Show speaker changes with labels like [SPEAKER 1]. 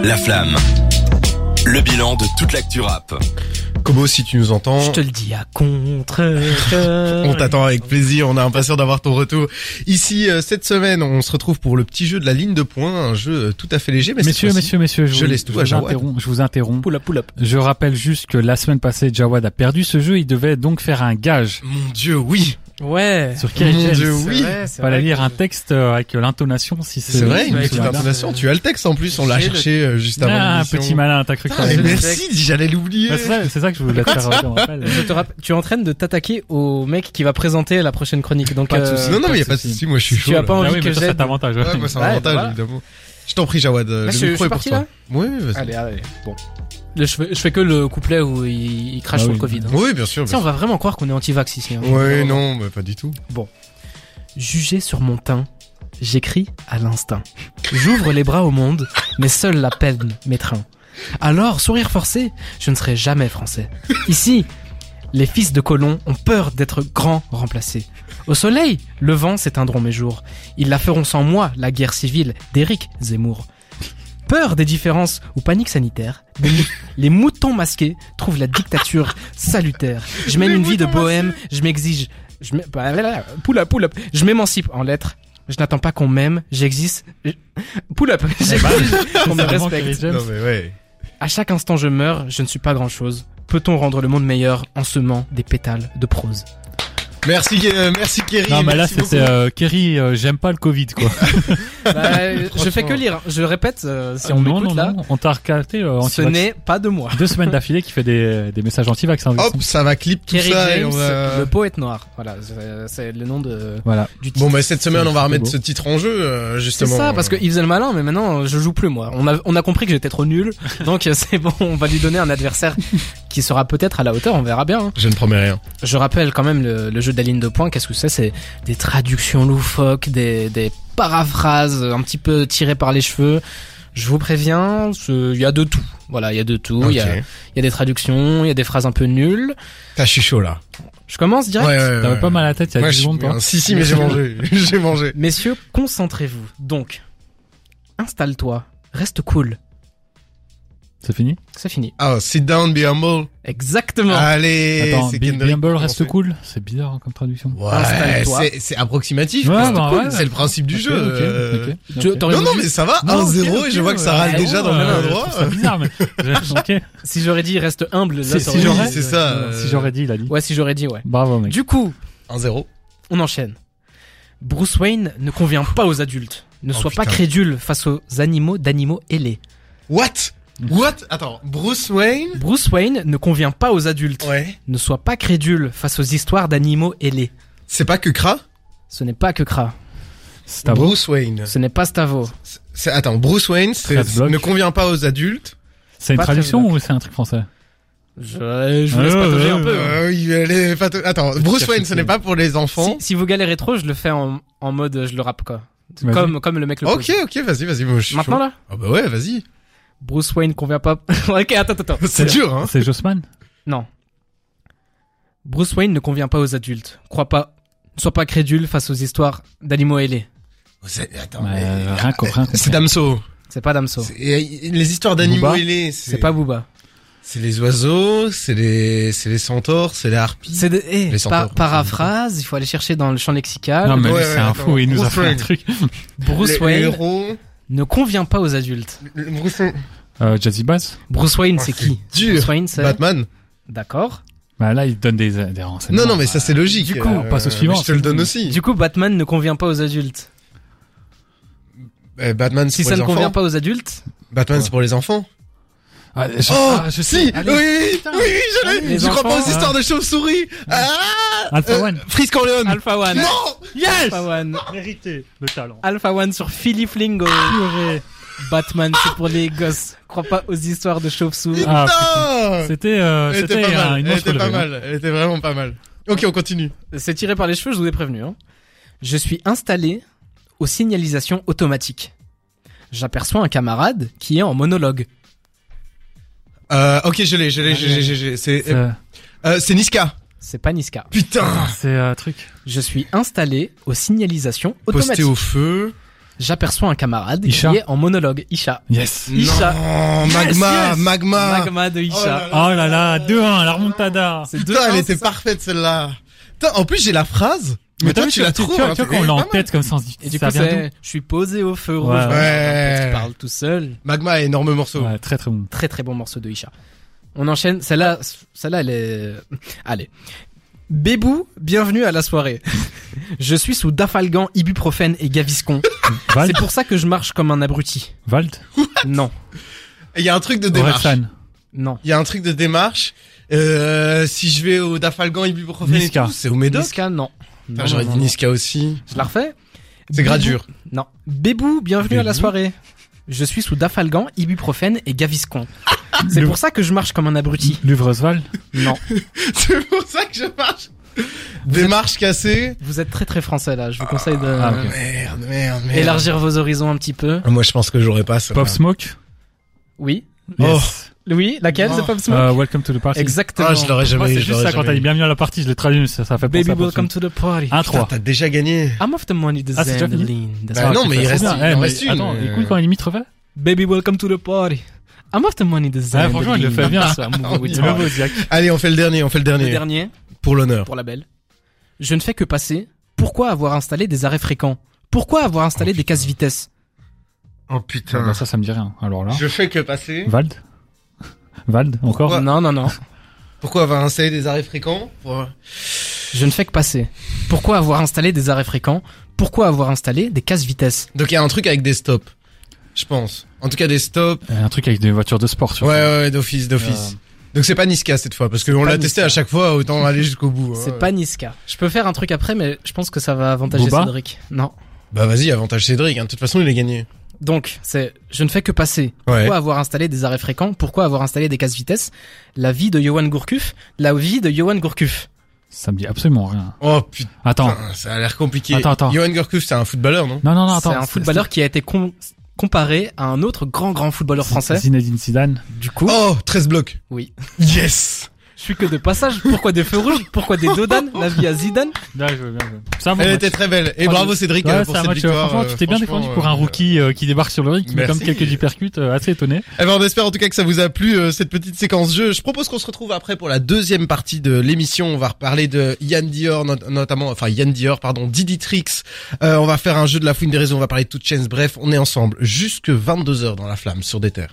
[SPEAKER 1] La flamme. Le bilan de toute l'actu rap.
[SPEAKER 2] Kobo, si tu nous entends,
[SPEAKER 3] Je te le dis à contre.
[SPEAKER 2] on t'attend avec plaisir, on est impatient d'avoir ton retour. Ici, euh, cette semaine, on se retrouve pour le petit jeu de la ligne de points, un jeu euh, tout à fait léger, mais cette
[SPEAKER 4] Messieurs,
[SPEAKER 2] fois-ci-
[SPEAKER 4] messieurs, messieurs, je,
[SPEAKER 2] je
[SPEAKER 4] vous,
[SPEAKER 2] laisse tout à
[SPEAKER 4] vous
[SPEAKER 2] Jawad.
[SPEAKER 4] interromps, je vous interromps.
[SPEAKER 3] Pull up, pull up.
[SPEAKER 4] Je rappelle juste que la semaine passée, Jawad a perdu ce jeu. Il devait donc faire un gage
[SPEAKER 2] Mon dieu, oui
[SPEAKER 3] Ouais.
[SPEAKER 4] sur Kerry
[SPEAKER 2] Mon
[SPEAKER 4] James.
[SPEAKER 2] Dieu,
[SPEAKER 4] Il
[SPEAKER 2] oui
[SPEAKER 4] fallait lire un texte euh, avec l'intonation, si c'est.
[SPEAKER 2] C'est vrai,
[SPEAKER 4] si je
[SPEAKER 2] une
[SPEAKER 4] me
[SPEAKER 2] petite
[SPEAKER 4] souviens bien.
[SPEAKER 2] intonation, tu as le texte en plus, on l'a
[SPEAKER 3] J'ai le-
[SPEAKER 2] cherché euh, juste avant
[SPEAKER 4] Ah,
[SPEAKER 2] l'émission.
[SPEAKER 4] petit malin, t'as cru que
[SPEAKER 2] Putain,
[SPEAKER 4] t'avais-
[SPEAKER 2] mais
[SPEAKER 4] Ouais,
[SPEAKER 2] merci, j'allais l'oublier
[SPEAKER 4] Bah, C'est ça, c'est ça que je voulais te faire euh, comme rappel.
[SPEAKER 3] Je te rappelle, tu es en train de t'attaquer au mec qui va présenter la prochaine chronique. Donc, euh,
[SPEAKER 4] Pas de soucis.
[SPEAKER 2] Non, non,
[SPEAKER 4] Pas
[SPEAKER 2] mais
[SPEAKER 4] de
[SPEAKER 2] y a pas de
[SPEAKER 4] souci.
[SPEAKER 2] souci, moi je suis
[SPEAKER 3] Si tu
[SPEAKER 2] chaud. là.
[SPEAKER 3] as pas
[SPEAKER 4] Ah
[SPEAKER 3] envie
[SPEAKER 4] oui,
[SPEAKER 3] que
[SPEAKER 4] mais toi, ça
[SPEAKER 3] j'aide.
[SPEAKER 4] t'avantage.
[SPEAKER 2] Ouais, moi, c'est un
[SPEAKER 3] Ouais, bah
[SPEAKER 2] avantage,
[SPEAKER 3] voilà.
[SPEAKER 2] évidemment. Je t'en prie, Jawad, euh,
[SPEAKER 3] Là,
[SPEAKER 2] le
[SPEAKER 3] Ah, je- je
[SPEAKER 2] micro
[SPEAKER 3] suis
[SPEAKER 2] est pour
[SPEAKER 3] parti,
[SPEAKER 2] toi.
[SPEAKER 3] là
[SPEAKER 2] Oui, oui, vas-y.
[SPEAKER 3] Allez, allez. Bon. Là, je fais, je fais que le couplet où il, il crache
[SPEAKER 4] Bah
[SPEAKER 3] sur le
[SPEAKER 4] oui.
[SPEAKER 3] Covid. hein.
[SPEAKER 2] Ah Oui, bien sûr.
[SPEAKER 3] Tiens, on va vraiment croire qu'on est anti-vax ici. hein.
[SPEAKER 2] Oui, non, bah, pas du tout.
[SPEAKER 3] Jugé sur mon teint, j'écris à l'instinct. J'ouvre les bras au monde, mais seule la peine m'étreint. Alors, sourire forcé, je ne serai jamais français. Ici, les fils de colons ont peur d'être grands remplacés. Au soleil, le vent s'éteindront mes jours. Ils la feront sans moi, la guerre civile d'Éric Zemmour. Peur des différences ou panique sanitaire, des mou- les moutons masqués trouvent la dictature salutaire. Je mène
[SPEAKER 2] Les
[SPEAKER 3] une vie de
[SPEAKER 2] moutons
[SPEAKER 3] bohème, je m'exige, je m'é- bah, là, là, pull up, pull up. je m'émancipe en lettres. Je n'attends pas qu'on m'aime, j'existe. je- Pull up,
[SPEAKER 2] Eh ben,
[SPEAKER 3] j'exige qu'on me respecte.
[SPEAKER 2] Non, mais ouais.
[SPEAKER 3] À chaque instant je meurs, je ne suis pas grand chose. Peut-on rendre le monde meilleur en semant des pétales de prose
[SPEAKER 2] Merci, euh, merci Kerry.
[SPEAKER 4] Non, mais là,
[SPEAKER 2] merci beaucoup. Ah,
[SPEAKER 4] c'était euh, Kerry, euh, j'aime pas le Covid, quoi.
[SPEAKER 3] Bah, euh, Je fais que lire, je répète, euh, si on
[SPEAKER 4] Non, non,
[SPEAKER 3] m'écoute là,
[SPEAKER 4] non, Bah, on t'a recalté euh,
[SPEAKER 3] ce
[SPEAKER 4] anti-vax.
[SPEAKER 3] n'est pas de moi.
[SPEAKER 4] Deux semaines d'affilée qui fait des, des messages anti-vax. hein, Vincent.
[SPEAKER 2] Hop, ça va clip tout
[SPEAKER 3] Kerry
[SPEAKER 2] ça. et
[SPEAKER 3] James,
[SPEAKER 2] on va-
[SPEAKER 3] le poète noir. Voilà, c'est- c'est le nom de,
[SPEAKER 4] Voilà.
[SPEAKER 3] du titre.
[SPEAKER 2] Bon, bah cette semaine, on va
[SPEAKER 4] C'est
[SPEAKER 2] remettre
[SPEAKER 4] beau.
[SPEAKER 2] ce titre en jeu, euh,
[SPEAKER 3] c'est
[SPEAKER 2] justement.
[SPEAKER 3] ça, parce
[SPEAKER 2] Euh,
[SPEAKER 3] qu'il faisait le malin, mais maintenant je joue plus moi. On a, on a compris que j'étais trop nul, donc euh, c'est bon, on va lui donner un adversaire qui sera peut-être à la hauteur, on verra bien. hein.
[SPEAKER 2] Je ne promets rien.
[SPEAKER 3] Je rappelle quand même le, le jeu de la ligne de points, qu'est-ce que c'est C'est des traductions loufoques, des, des paraphrases un petit peu tirées par les cheveux. Je vous préviens, ce- il y a de tout. Voilà, il y a de tout. Il y, a,
[SPEAKER 4] euh,
[SPEAKER 2] Ok.
[SPEAKER 3] il y a des traductions, il y a des phrases un peu nulles.
[SPEAKER 2] T'as, je suis chaud là.
[SPEAKER 3] Je commence direct.
[SPEAKER 4] T'avais pas mal à la tête il y a
[SPEAKER 2] Euh, Moi,
[SPEAKER 4] 10
[SPEAKER 2] je suis
[SPEAKER 4] secondes, toi.
[SPEAKER 2] bien. Si, si, mais j'ai mangé. j'ai mangé.
[SPEAKER 3] Messieurs, concentrez-vous. Donc, installe-toi, reste cool.
[SPEAKER 4] C'est fini
[SPEAKER 3] C'est fini.
[SPEAKER 2] Ah, sit down, be humble.
[SPEAKER 3] Exactement.
[SPEAKER 2] Ah. Allez,
[SPEAKER 4] Attends,
[SPEAKER 2] c'est
[SPEAKER 4] Bi-
[SPEAKER 2] Kendrick.
[SPEAKER 4] Bumble reste
[SPEAKER 2] Comment
[SPEAKER 4] cool C'est bizarre hein, comme traduction.
[SPEAKER 2] c'est Ouais,
[SPEAKER 3] Installe-toi.
[SPEAKER 2] c'est- c'est approximatif.
[SPEAKER 4] Ouais,
[SPEAKER 2] mais c'est
[SPEAKER 4] bah
[SPEAKER 2] cool,
[SPEAKER 4] ouais.
[SPEAKER 2] C'est le principe du
[SPEAKER 4] Ok,
[SPEAKER 2] jeu.
[SPEAKER 4] ok,
[SPEAKER 2] euh,
[SPEAKER 4] ok, ok.
[SPEAKER 3] Tu- t'aurais
[SPEAKER 2] Non, non,
[SPEAKER 3] voulu-
[SPEAKER 2] mais ça va,
[SPEAKER 4] Non,
[SPEAKER 2] 1-0
[SPEAKER 4] ok,
[SPEAKER 2] et je vois
[SPEAKER 4] ok,
[SPEAKER 2] que ça
[SPEAKER 4] ouais.
[SPEAKER 2] râle
[SPEAKER 4] Ah
[SPEAKER 2] déjà
[SPEAKER 4] bon,
[SPEAKER 2] dans le
[SPEAKER 4] euh,
[SPEAKER 2] même
[SPEAKER 4] je
[SPEAKER 2] endroit.
[SPEAKER 4] trouve ça bizarre, mais j'ai- ok.
[SPEAKER 3] Si j'aurais dit reste humble, là,
[SPEAKER 4] Si-
[SPEAKER 3] ça
[SPEAKER 4] si
[SPEAKER 3] aurait-
[SPEAKER 4] j'aurais-
[SPEAKER 2] Oui, c'est ça. euh,
[SPEAKER 4] Si j'aurais dit, il a dit.
[SPEAKER 3] Ouais, si j'aurais dit, ouais.
[SPEAKER 4] Bravo, mec.
[SPEAKER 3] Du coup,
[SPEAKER 2] 1-0.
[SPEAKER 3] On enchaîne. Bruce Wayne ne convient pas aux adultes. Ne
[SPEAKER 2] Oh,
[SPEAKER 3] sois pas
[SPEAKER 2] putain.
[SPEAKER 3] crédule face aux animaux d'animaux ailés.
[SPEAKER 2] What? What? Attends, Bruce Wayne?
[SPEAKER 3] Bruce Wayne ne convient pas aux adultes.
[SPEAKER 2] Ouais.
[SPEAKER 3] Ne sois pas crédule face aux histoires d'animaux ailés.
[SPEAKER 2] C'est pas que Kra?
[SPEAKER 3] Ce n'est pas que Kra.
[SPEAKER 4] C'est à vous.
[SPEAKER 2] Bruce Wayne.
[SPEAKER 3] Ce n'est pas Stavo.
[SPEAKER 2] C'est- Attends, Bruce Wayne c'est-
[SPEAKER 4] Treize blocs.
[SPEAKER 2] ne convient pas aux adultes.
[SPEAKER 4] C'est une
[SPEAKER 3] Pas
[SPEAKER 4] traduction
[SPEAKER 3] très
[SPEAKER 4] ou c'est un truc français
[SPEAKER 3] Je, je vous
[SPEAKER 4] Ah,
[SPEAKER 3] laisse
[SPEAKER 4] ouais,
[SPEAKER 3] patauger
[SPEAKER 4] ouais,
[SPEAKER 3] un peu. hein.
[SPEAKER 4] ouais.
[SPEAKER 2] Euh, il allait pas te- Attends, Bruce
[SPEAKER 4] cherche
[SPEAKER 2] Wayne, ce
[SPEAKER 4] qui
[SPEAKER 2] n'est pas pour les enfants.
[SPEAKER 3] Si, si vous galérez trop, je le fais en, en mode euh, je le rappe quoi.
[SPEAKER 4] Vas-y.
[SPEAKER 3] Comme, comme le mec le
[SPEAKER 2] Ok,
[SPEAKER 3] pose.
[SPEAKER 2] ok, vas-y, vas-y. moi, je suis
[SPEAKER 3] Maintenant
[SPEAKER 2] chaud.
[SPEAKER 3] là
[SPEAKER 2] Ah bah ouais, vas-y.
[SPEAKER 3] Bruce Wayne convient pas. ok, attends, attends, attends.
[SPEAKER 2] C'est dur, hein.
[SPEAKER 4] C'est Jossman
[SPEAKER 3] Non. Bruce Wayne ne convient pas aux adultes. Crois pas. Ne sois pas crédule face aux histoires d'animaux ailés.
[SPEAKER 2] C'est- Attends,
[SPEAKER 4] Bah,
[SPEAKER 2] mais- euh,
[SPEAKER 4] Rien qu'on- rien qu'on-
[SPEAKER 2] C'est Damso.
[SPEAKER 3] C'est pas Damso.
[SPEAKER 2] C'est- et- et Les histoires d'animaux
[SPEAKER 4] Booba
[SPEAKER 2] ailés,
[SPEAKER 3] C'est pas Booba.
[SPEAKER 2] C'est les oiseaux, c'est les, c'est les centaures, c'est les harpies.
[SPEAKER 3] C'est de, eh,
[SPEAKER 2] Les
[SPEAKER 3] par-
[SPEAKER 2] centaures.
[SPEAKER 3] paraphrase, il faut aller chercher dans le champ lexical.
[SPEAKER 4] Non, mais
[SPEAKER 2] Ouais,
[SPEAKER 4] lui,
[SPEAKER 2] ouais,
[SPEAKER 4] c'est un
[SPEAKER 2] attends.
[SPEAKER 4] fou, il nous a
[SPEAKER 2] Bruce
[SPEAKER 4] fait un
[SPEAKER 2] Wayne.
[SPEAKER 4] truc.
[SPEAKER 3] Bruce
[SPEAKER 2] Le- le
[SPEAKER 3] Wayne
[SPEAKER 2] héros,
[SPEAKER 3] ne convient pas aux adultes.
[SPEAKER 2] le- Bruce Wayne.
[SPEAKER 4] Euh, Jazzy Bass
[SPEAKER 3] Bruce Wayne,
[SPEAKER 2] Ah,
[SPEAKER 3] c'est qui
[SPEAKER 2] c'est dur.
[SPEAKER 3] Bruce Wayne, c'est...
[SPEAKER 2] Batman.
[SPEAKER 3] D'accord.
[SPEAKER 4] Bah là, il donne des, des renseignements.
[SPEAKER 2] Non, non, mais ça c'est logique. Euh,
[SPEAKER 4] du coup, on passe au
[SPEAKER 2] mais
[SPEAKER 4] suivant,
[SPEAKER 2] Je te le
[SPEAKER 4] c'est-
[SPEAKER 2] donne aussi.
[SPEAKER 3] Du coup, Batman ne convient pas aux adultes.
[SPEAKER 2] Euh, Batman, c'est
[SPEAKER 3] Si
[SPEAKER 2] pour
[SPEAKER 3] ça
[SPEAKER 2] les
[SPEAKER 3] ne convient
[SPEAKER 2] enfants.
[SPEAKER 3] pas aux adultes,
[SPEAKER 2] Batman, c'est pour les enfants.
[SPEAKER 4] Ah, je-
[SPEAKER 2] Oh,
[SPEAKER 4] ah, je
[SPEAKER 2] si,
[SPEAKER 4] sais.
[SPEAKER 2] oui,
[SPEAKER 4] Allez.
[SPEAKER 2] oui,
[SPEAKER 4] putain.
[SPEAKER 2] oui, je l'ai.
[SPEAKER 3] Allez, les
[SPEAKER 2] Je crois pas
[SPEAKER 3] enfants,
[SPEAKER 2] aux histoires de chauves-souris. Ah,
[SPEAKER 4] Alpha
[SPEAKER 2] euh,
[SPEAKER 4] One.
[SPEAKER 2] Frisk en Leon.
[SPEAKER 3] Alpha One.
[SPEAKER 2] Non,
[SPEAKER 4] Yes
[SPEAKER 3] Alpha One.
[SPEAKER 4] Mérité le talent.
[SPEAKER 3] Alpha One sur Philly Flingo.
[SPEAKER 2] Ah.
[SPEAKER 3] Batman, c'est pour les gosses. Crois pas aux histoires de chauves-souris.
[SPEAKER 4] Ah,
[SPEAKER 2] putain.
[SPEAKER 4] C'était euh,
[SPEAKER 2] Elle était
[SPEAKER 4] c'était
[SPEAKER 2] pas
[SPEAKER 4] un-
[SPEAKER 2] mal.
[SPEAKER 4] une
[SPEAKER 2] Elle
[SPEAKER 4] autre
[SPEAKER 2] était pas
[SPEAKER 4] levée, hein.
[SPEAKER 2] mal. Elle était vraiment pas mal. Ok, on continue.
[SPEAKER 3] C'est tiré par les cheveux, je vous ai prévenu. hein. Je suis installé aux signalisations automatiques. J'aperçois un camarade qui est en monologue.
[SPEAKER 2] Euh, ok, je l'ai, je l'ai, je l'ai, je l'ai, je l'ai. C'est,
[SPEAKER 4] C'est-
[SPEAKER 2] euh, c'est Niska.
[SPEAKER 3] C'est pas Niska.
[SPEAKER 2] Putain.
[SPEAKER 4] C'est un truc.
[SPEAKER 3] Je suis installé aux signalisations
[SPEAKER 2] Posté
[SPEAKER 3] automatiques.
[SPEAKER 2] au feu.
[SPEAKER 3] j'aperçois un camarade
[SPEAKER 4] Isha.
[SPEAKER 3] qui est en monologue. Isha.
[SPEAKER 4] Yes.
[SPEAKER 3] Isha.
[SPEAKER 2] Non, Oh, magma,
[SPEAKER 3] yes.
[SPEAKER 2] magma.
[SPEAKER 3] Magma de
[SPEAKER 2] Oh là
[SPEAKER 3] Isha.
[SPEAKER 2] là.
[SPEAKER 4] Oh là là, 2-1, la remontada.
[SPEAKER 3] C'est deux
[SPEAKER 2] Putain, elle
[SPEAKER 3] un,
[SPEAKER 2] était
[SPEAKER 3] c'est ça.
[SPEAKER 2] parfaite celle-là. Putain, en plus j'ai la phrase, mais,
[SPEAKER 4] t'as
[SPEAKER 2] toi
[SPEAKER 4] vu,
[SPEAKER 2] tu la trouves.
[SPEAKER 4] Tu vois,
[SPEAKER 2] hein,
[SPEAKER 4] tu vois,
[SPEAKER 2] t'es-
[SPEAKER 4] quand on l'a en
[SPEAKER 2] pas mal.
[SPEAKER 4] tête comme ça, on se dit,
[SPEAKER 3] Et du
[SPEAKER 4] ça
[SPEAKER 3] coup,
[SPEAKER 4] vient d'où
[SPEAKER 3] c'est, je suis posé au feu rouge.
[SPEAKER 4] Ouais.
[SPEAKER 3] j'entends un pote
[SPEAKER 2] Ouais.
[SPEAKER 3] qui parle tout seul.
[SPEAKER 2] Magma, énorme morceau.
[SPEAKER 4] Ouais, Très très bon.
[SPEAKER 3] Très très bon morceau de Isha. On enchaîne. Celle-là, celle-là, elle est. euh, Allez. Bébou, bienvenue à la soirée. je suis sous dafalgan, ibuprofène et gaviscon.
[SPEAKER 4] Vald
[SPEAKER 2] Ah,
[SPEAKER 3] C'est pour ça que je marche comme un abruti.
[SPEAKER 4] Vald
[SPEAKER 3] Non,
[SPEAKER 2] Il y a un truc de démarche.
[SPEAKER 4] Orelsan
[SPEAKER 3] non.
[SPEAKER 2] Il y a un truc de démarche. Euh, si je vais au Dafalgan, ibuprofène et
[SPEAKER 4] Niska.
[SPEAKER 2] tout, c'est au Médoc.
[SPEAKER 3] Niska, non.
[SPEAKER 2] Putain,
[SPEAKER 3] Non,
[SPEAKER 2] J'aurais
[SPEAKER 3] non,
[SPEAKER 2] dit
[SPEAKER 3] non.
[SPEAKER 2] Niska aussi.
[SPEAKER 3] Je la refais
[SPEAKER 2] C'est gradure.
[SPEAKER 3] Non. Bébou, bienvenue à la
[SPEAKER 4] Bébou.
[SPEAKER 3] soirée. Je suis sous dafalgan, ibuprofène et gaviscon. C'est
[SPEAKER 4] Le-
[SPEAKER 3] pour ça que je marche comme un abruti.
[SPEAKER 4] Luvrosval
[SPEAKER 3] Non.
[SPEAKER 2] C'est pour ça que je marche. Démarche cassée.
[SPEAKER 3] Vous êtes très très français là. Je vous conseille de
[SPEAKER 4] Ah, ok.
[SPEAKER 2] Merde, merde, merde.
[SPEAKER 3] élargir vos horizons un petit peu.
[SPEAKER 2] Moi, je pense que j'aurais pas Oh. ça.
[SPEAKER 4] Pop Smoke
[SPEAKER 3] Oui.
[SPEAKER 4] Yes.
[SPEAKER 3] Oui. Laquelle
[SPEAKER 2] Non.
[SPEAKER 3] c'est Pop Smoke
[SPEAKER 4] Euh, Welcome to the party.
[SPEAKER 3] Exactement.
[SPEAKER 2] Ah, je l'aurais
[SPEAKER 4] Moi,
[SPEAKER 2] jamais eu.
[SPEAKER 4] c'est
[SPEAKER 2] je
[SPEAKER 4] juste
[SPEAKER 2] l'aurais
[SPEAKER 4] ça quand
[SPEAKER 2] jamais
[SPEAKER 4] t'as dit
[SPEAKER 2] eu.
[SPEAKER 4] bienvenue à la partie, je l'ai traduit, ça, ça fait penser
[SPEAKER 3] Baby,
[SPEAKER 4] à Pop
[SPEAKER 3] welcome
[SPEAKER 4] Smoke.
[SPEAKER 3] to the party.
[SPEAKER 2] Putain,
[SPEAKER 4] 1-3.
[SPEAKER 2] T'as déjà gagné.
[SPEAKER 3] I'm of the money, the
[SPEAKER 4] Ah, c'est déjà fini
[SPEAKER 3] Zenlin. That's
[SPEAKER 2] Bah
[SPEAKER 3] right.
[SPEAKER 2] non, mais il
[SPEAKER 4] Très
[SPEAKER 2] reste,
[SPEAKER 4] bien.
[SPEAKER 2] il
[SPEAKER 4] Eh,
[SPEAKER 2] en
[SPEAKER 4] mais
[SPEAKER 2] reste une.
[SPEAKER 4] Attends, écoute quand Animi crevait.
[SPEAKER 3] Baby, welcome to the party. I'm of the money, the Oh, Zenlin.
[SPEAKER 4] franchement, il le fait bien.
[SPEAKER 3] So I'm moving with
[SPEAKER 2] Ah
[SPEAKER 4] Le
[SPEAKER 2] ouais.
[SPEAKER 3] her.
[SPEAKER 4] nouveau Ziak.
[SPEAKER 2] Allez, on fait le dernier, on fait le
[SPEAKER 3] Le
[SPEAKER 2] dernier.
[SPEAKER 3] dernier.
[SPEAKER 2] Pour l'honneur.
[SPEAKER 3] pour la belle. Je ne fais que passer. Pourquoi avoir installé des arrêts fréquents Pourquoi avoir installé des casse-vitesse
[SPEAKER 2] Oh
[SPEAKER 4] Ah,
[SPEAKER 2] putain.
[SPEAKER 4] bah, Ça, ça me dit rien. Alors là.
[SPEAKER 2] Je fais que passer.
[SPEAKER 4] Vald Vald, encore
[SPEAKER 2] Pourquoi
[SPEAKER 3] Oh, Non, non, non.
[SPEAKER 2] Pourquoi avoir installé des arrêts fréquents Pour-
[SPEAKER 3] Je ne fais que passer. Pourquoi avoir installé des arrêts fréquents Pourquoi avoir installé des casse-vitesse
[SPEAKER 2] Donc il y a un truc avec des stops, je pense. En tout cas des stops.
[SPEAKER 4] Euh, Un truc avec des voitures de sport,
[SPEAKER 2] Ouais
[SPEAKER 4] surtout.
[SPEAKER 2] ouais, ouais, d'office d'office.
[SPEAKER 4] Euh.
[SPEAKER 2] Donc c'est pas Niska cette fois parce qu'on
[SPEAKER 3] pas
[SPEAKER 2] l'a testé
[SPEAKER 3] Niska.
[SPEAKER 2] à chaque fois, autant aller jusqu'au bout. hein.
[SPEAKER 3] C'est pas Niska. Je peux faire un truc après, mais je pense que ça va avantager
[SPEAKER 4] Booba
[SPEAKER 3] Cédric. Non.
[SPEAKER 2] Bah vas-y, avantage Cédric. hein. De toute façon il a gagné.
[SPEAKER 3] Donc, c'est je ne fais que passer.
[SPEAKER 2] Ouais.
[SPEAKER 3] Pourquoi avoir installé des arrêts fréquents Pourquoi avoir installé des casse-vitesse La vie de Johan Gourcuff La vie de Johan Gourcuff.
[SPEAKER 4] Ça me dit absolument rien.
[SPEAKER 2] Oh putain,
[SPEAKER 4] Attends.
[SPEAKER 2] ça a l'air compliqué.
[SPEAKER 4] Attends, attends.
[SPEAKER 2] Johan Gourcuff c'est un footballeur non
[SPEAKER 4] Non, non, non,
[SPEAKER 3] C'est
[SPEAKER 4] attends.
[SPEAKER 3] un footballeur qui a été com- comparé à un autre grand grand footballeur français.
[SPEAKER 4] Zinedine Zidane.
[SPEAKER 3] Du coup,
[SPEAKER 2] Oh 13 blocs.
[SPEAKER 3] Oui.
[SPEAKER 2] Yes.
[SPEAKER 3] Je suis que de passage. Pourquoi des feux rouges Pourquoi des dodanes La vie à Zidane
[SPEAKER 4] Là, je veux bien. C'est un bon
[SPEAKER 2] Elle
[SPEAKER 4] match.
[SPEAKER 2] était très belle. Et
[SPEAKER 4] Franchement,
[SPEAKER 2] bravo Cédric
[SPEAKER 4] Ouais,
[SPEAKER 2] euh,
[SPEAKER 4] c'est
[SPEAKER 2] pour
[SPEAKER 4] un
[SPEAKER 2] cette
[SPEAKER 4] match, euh,
[SPEAKER 2] victoire.
[SPEAKER 4] franchement,
[SPEAKER 2] euh,
[SPEAKER 4] tu t'es bien
[SPEAKER 2] franchement,
[SPEAKER 4] défendu pour un
[SPEAKER 2] euh,
[SPEAKER 4] rookie euh, qui débarque sur le ring, qui met
[SPEAKER 2] merci.
[SPEAKER 4] comme quelques hypercutes, euh, assez étonné.
[SPEAKER 2] Eh ben, on espère en tout cas que ça vous a plu euh, cette petite séquence jeu. Je propose qu'on se retrouve après pour la deuxième partie de l'émission. On va reparler de Yann Dior not- notamment, enfin Yann Dior pardon, Diditrix. Euh, on va faire un jeu de la fouine des réseaux. On va parler de toute chaîne. Bref, on est ensemble jusque 22 h dans la flamme sur E des terres.